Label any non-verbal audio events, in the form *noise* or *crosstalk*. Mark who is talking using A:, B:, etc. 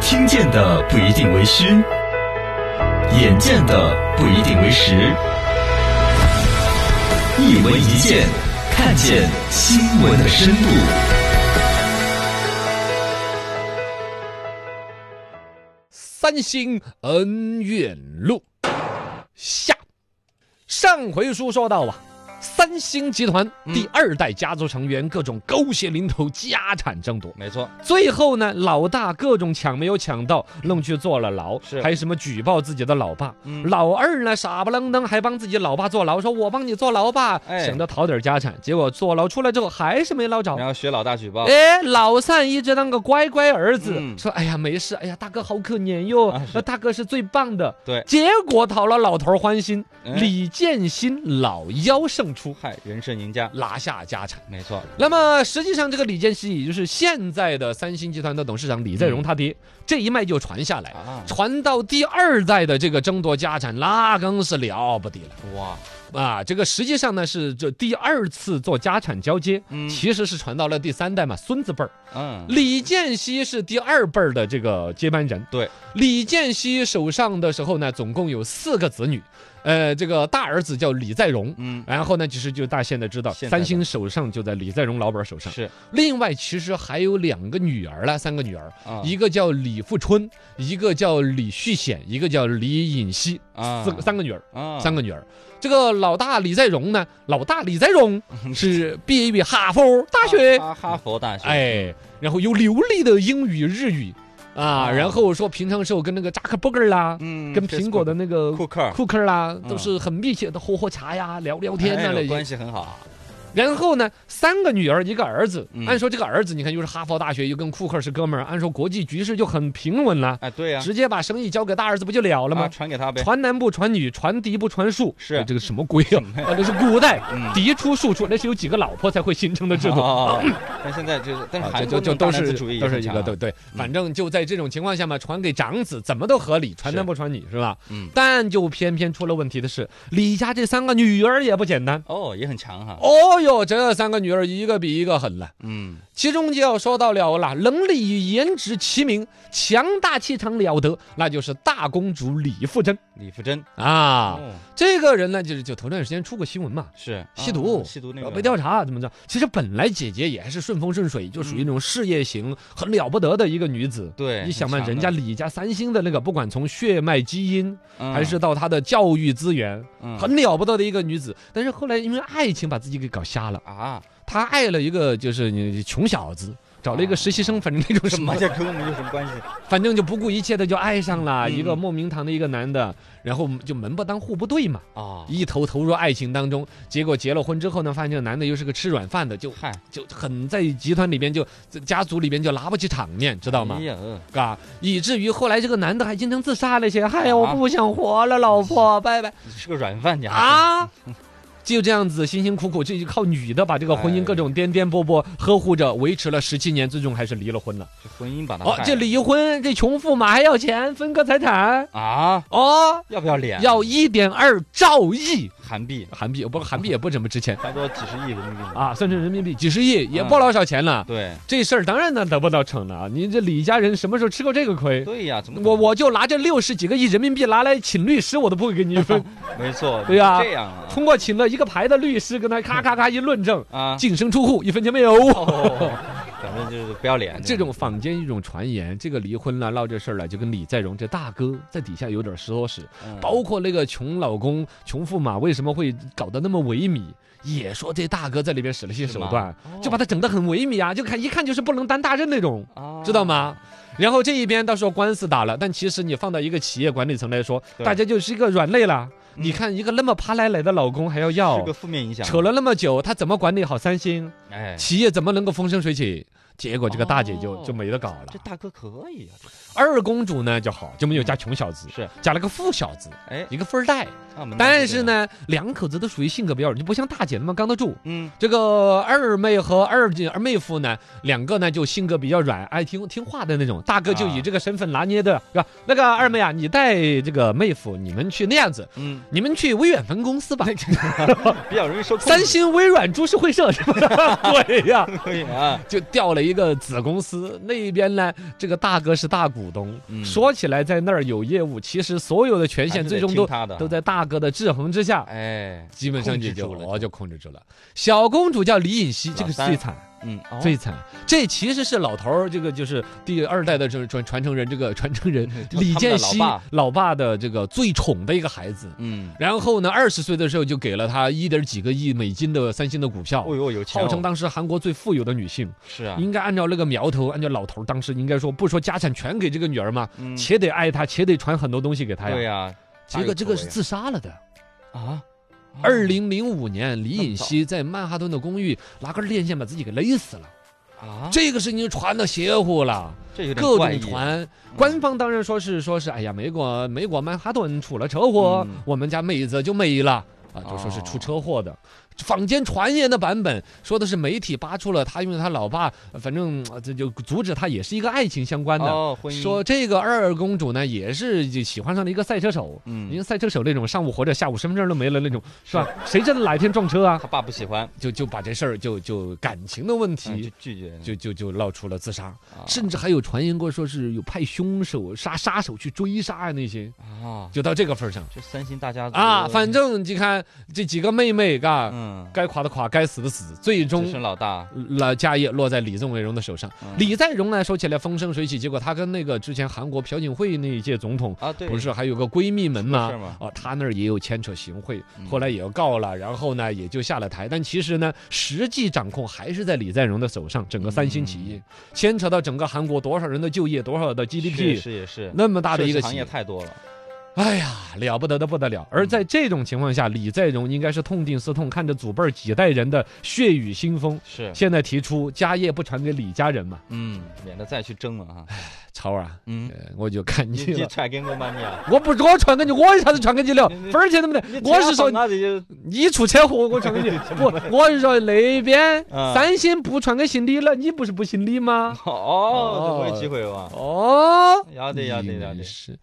A: 听见的不一定为虚，眼见的不一定为实。一文一见，看见新闻的深度。
B: 三星恩怨录下。上回书说到啊，三星集团
C: 嗯
B: 第二代家族成员各种狗血淋头，家产争夺，
C: 没错，
B: 最后呢，老大各种抢没有抢到，弄去坐了牢，
C: 是
B: 还有什么举报自己的老爸，
C: 嗯
B: 老二呢傻不愣登还帮自己老爸坐牢，说我帮你坐牢吧，
C: 哎
B: 想着讨点家产，结果坐牢出来之后还是没捞着
C: 然。后学老大举报，
B: 哎，老三一直当个乖乖儿子，
C: 嗯
B: 说哎呀没事，哎呀大哥好可怜哟，
C: 啊是
B: 那大哥是最棒的。
C: 对
B: 结果讨了老头儿欢心，
C: 哎
B: 李建新老妖胜出，
C: 嗨，人生赢家，
B: 拿下家产。
C: 没错，
B: 那么实际上，这个李健熙也就是现在的三星集团的董事长李在
C: 嗯
B: 镕他爹，这一脉就传下来，
C: 啊，
B: 传到第二代的这个争夺家产，那更是了不得了
C: 哇，
B: 啊！这个实际上呢是这第二次做家产交接，
C: 嗯
B: 其实是传到了第三代嘛，孙子辈儿。
C: 嗯，
B: 李健熙是第二辈儿的这个接班人。
C: 对，
B: 李健熙手上的时候呢，总共有四个子女，呃，这个大儿子叫李在镕。
C: 嗯，
B: 然后呢，其实就大家现在知道，
C: 现在
B: 三
C: 的
B: 星手上就在李在镕老板手上。
C: 是
B: 另外，其实还有两个女儿啦，三个女儿，
C: 啊，
B: 一个叫李富春，一个叫李续显，一个叫李尹熙，
C: 啊
B: 四个三个女儿，
C: 啊，
B: 三个女儿。这个老大李在镕呢，老大李在镕
C: *laughs*
B: 是毕业于哈佛大学，
C: 哈哈佛大学，，
B: 哎，然后有流利的英语、日语啊，
C: 嗯啊
B: 然后说平常时候跟那个扎克伯格啦，
C: 嗯，
B: 跟苹果的那个
C: 库克尔
B: 库克啦，
C: 嗯
B: 都是很密切的喝喝茶呀、聊聊天
C: 哎
B: 呐那些
C: 关系很好，
B: 然后呢，三个女儿一个儿子。
C: 嗯
B: 按说这个儿子，你看又是哈佛大学，又跟库克是哥们儿，按说国际局势就很平稳了，
C: 哎，对呀，
B: 直接把生意交给大儿子不就了了
C: 啊
B: 吗？
C: 传给他呗，
B: 传男不传女，传嫡不传庶，
C: 是嗯
B: 哎这个什么鬼啊？
C: *laughs*
B: 啊，这是古代嫡出庶出，那是有几个老婆才会形成的制度。
C: 哦，但现在就是，但是
B: 啊，
C: 韩
B: 就
C: 国
B: 就
C: 那种大
B: 都
C: 男
B: 是
C: 子主义
B: 都
C: 也
B: 是
C: 很
B: 一
C: 强
B: 个
C: 啊
B: 对对，反正就在这种情况下嘛，传给长子怎么都合理，传
C: 是
B: 男不传女是吧？
C: 嗯
B: 但就偏偏出了问题的是，李家这三个女儿也不简单。
C: 哦，也很强哈，
B: 哦哟，这三个女儿一个比一个狠了。
C: 嗯，
B: 其中就要说到了啦，能力与颜值齐名，强大气场了得，那就是大公主李富真
C: 李富真
B: 啊。
C: 哦，
B: 这个人呢，就是就头段时间出过新闻嘛，
C: 是
B: 吸
C: 啊
B: 毒
C: 吸毒那
B: 然后
C: 个
B: 被调查啊怎么着。其实本来姐姐也是顺风顺水，就属于那
C: 嗯
B: 种事业型很了不得的一个女子。
C: 对，
B: 你想嘛，
C: 很强
B: 人
C: 的
B: 家李家三星的那个，不管从血脉基因
C: 嗯
B: 还是到她的教育资源，
C: 嗯
B: 很了不得的一个女子。但是后来因为爱情把自己给搞瞎了，
C: 啊，
B: 她爱了一个就是你穷小子。找了一个实习生，反正那种
C: 啊什
B: 什么
C: 么，这跟我们有什么关系？
B: 反正就不顾一切的就爱上了
C: 嗯
B: 一个莫名堂的一个男的，然后就门不当户不对嘛，
C: 啊，
B: 一头投入爱情当中。结果结了婚之后呢，发现这个男的又是个吃软饭的，就
C: 嗨，
B: 就很在集团里边就在家族里边就拿不起场面，知
C: 知
B: 道吗
C: 哎？呀，
B: 啊，以至于后来这个男的还经常自杀那些，哎呀，我不想活了，老婆，拜拜
C: 你是个软饭家
B: 啊。就这样子辛辛苦苦，这就靠女的把这个婚姻各种颠颠簸簸呵护着，维持了十七年，最终还是离了婚了。
C: 这婚姻把他
B: 哦，这离婚这穷驸马还要钱分割财产
C: 啊，
B: 哦，
C: 要不要脸？
B: 要一点二兆亿
C: 韩币，
B: 韩币，不过韩币也不怎么值钱
C: 差不多几十亿人民币吧。
B: 啊，算成人民币几十亿也不老少钱了。
C: 对
B: 这事儿当然能得不到逞了啊！你这李家人什么时候吃过这个亏？
C: 对呀，怎么
B: 我我就拿这六十几个亿人民币拿来请律师，我都不会给
C: *laughs*
B: 你一分。
C: 没错，
B: 对呀
C: 你是这样啊
B: 通过请了一个排的律师，跟他咔咔咔一论证，
C: 啊，哦
B: 净身出户，一分钱没有。
C: 反正就是不要脸
B: 哦这种坊间一种传言，这个离婚了闹这事儿了，就跟李在镕这大哥在底下有点唆使，
C: 嗯
B: 包括那个穷老公、穷驸马为什么会搞得那么萎靡，也说这大哥在里边使了些手段，
C: 是吗
B: 就把他整得很萎靡啊，就看一看就是不能担大任那种，
C: 啊
B: 知道？吗？然后这一边到时候官司打了，但其实你放到一个企业管理层来说，
C: 对
B: 大家就是一个软肋了。
C: 嗯
B: 你看一个那么爬来来的老公还要
C: 是
B: 要
C: 个，负面影响。
B: 扯了那么久，他怎么管理好三星？
C: 哎，
B: 企业怎么能够风生水起？结果这个大姐就
C: 哦
B: 就没得搞了
C: 这。大哥可以啊，
B: 二公主呢就好，就没有嫁穷小子，
C: 是
B: 嫁了个富小子，
C: 哎，
B: 一个富二代。
C: 那我们
B: 但是，呢，两口子都属于性格比较，就不像大姐那么刚得住。
C: 嗯，
B: 这个二妹和二姐二妹夫呢，两个呢就性格比较软，爱听听话的那种。大哥就以
C: 啊
B: 这个身份拿捏的，是吧？那个二妹啊，你带这个妹夫，你们去那样子，
C: 嗯，
B: 你们去微软分公
C: *laughs*
B: 司吧，
C: 比较容易受控制 *laughs*
B: 三星、微软株式会社什么的，对呀、
C: 可以啊，
B: *laughs* 就调了一一个子公司，那边呢，这个大哥是大股东。
C: 嗯
B: 说起来在那儿有业务，其实所有的权
C: 还
B: 限
C: 是
B: 最
C: 得
B: 终
C: 听
B: 都
C: 他的
B: 都在大哥的制衡之下，
C: 哎，
B: 基本上
C: 控
B: 就
C: 制
B: 就
C: 住了
B: 我
C: 就
B: 就控制住了。小公主叫李允熙，这个
C: 老
B: 是
C: 三
B: 最惨。
C: 嗯，哦
B: 最惨，这其实是老头儿，这个就是第二代的这传传承人，这个传承人
C: 他
B: *laughs* 李
C: 们的
B: 健
C: 老
B: 熙
C: 爸
B: 老爸的这个最宠的一个孩子。
C: 嗯，
B: 然后呢，二十岁的时候就给了他一点几个亿美金的三星的股票
C: 哦，呦，有钱哦，
B: 号称当时韩国最富有的女性。
C: 是啊，
B: 应该按照那个苗头，按照老头儿当时应该说，不说家产全给这个女儿嘛，
C: 嗯，
B: 且得爱她，且得传很多东西给她
C: 对
B: 呀。
C: 呀，
B: 结果这个是
C: 大有可为啊
B: 自杀了的。
C: 啊，
B: 二零零五年，李允熙在曼哈顿的公寓拿根电线把自己给勒死了。
C: 啊，
B: 这个事情传的邪乎了，
C: 这有点
B: 各
C: 怪
B: 种
C: 异
B: 传。官方当然说是说是，哎呀，美国美国曼哈顿出了车祸，
C: 嗯哦
B: 我们家妹子就没了啊，就说是出车祸的。坊间传言的版本说的是媒体扒出了他因为他老爸，呃反正呃这就阻止他也是一个爱情相关的。
C: 哦，婚姻
B: 说这个二公主呢，也是就喜欢上了一个赛车手，因
C: 嗯，
B: 为赛车手那种上午活着，下午身份证都没了那种，是
C: *laughs*
B: 吧？谁知道哪一天撞车啊？
C: 他爸不喜欢，
B: 就就把这事儿就就感情的问
C: 嗯就
B: 题
C: 拒绝了，
B: 就就就闹出了自杀，
C: 啊
B: 甚至还有传言过说是有派凶手杀杀手去追杀啊那些，
C: 啊，
B: 就到这个份儿上
C: 这三星大家族
B: 啊。反正你看这几个妹妹，嘎，
C: 嗯，
B: 该垮的垮，该死的死，最
C: 只
B: 终
C: 剩老大，
B: 那家业落在李宗伟荣的手上。
C: 嗯
B: 李在镕呢，说起来风生水起，结果他跟那个之前韩国朴槿惠那一届总统。
C: 啊，对，
B: 不是还有个闺蜜门吗
C: 出了事儿吗？
B: 哦，他那儿也有牵扯行贿，
C: 嗯
B: 后来也要告了，然后呢也就下了台。但其实呢，实际掌控还是在李在镕的手上，整个三星企业、
C: 嗯
B: 牵扯到整个韩国多少人的就业，多少的
C: 是
B: GDP，
C: 是也是，
B: 那么大的
C: 涉
B: 一
C: 及
B: 个
C: 行
B: 企
C: 业
B: 业，
C: 太多了，
B: 哎呀，了不得的不得了。而在这种情况下，李在镕应该是痛定思痛，看着祖辈儿几代人的血雨腥风，
C: 是，
B: 现在提出家业不传给李家人嘛，
C: 嗯，免得再去争了啊，
B: 超儿啊， *laughs*
C: 嗯，
B: 呃我就看
C: 你
B: 腻
C: 你
B: 了。
C: 揣给我妈咪啊，
B: 我不，我传给你，我有啥子传给你了？分儿钱都没得。我是说，
C: 那就
B: 你出车祸，我传给你。不，我是说那边
C: 啊
B: 三星不传给姓李了，你不是不姓李吗？
C: 哦，这没机会吧？
B: 哦，
C: 要得要得要得，
B: 哎是。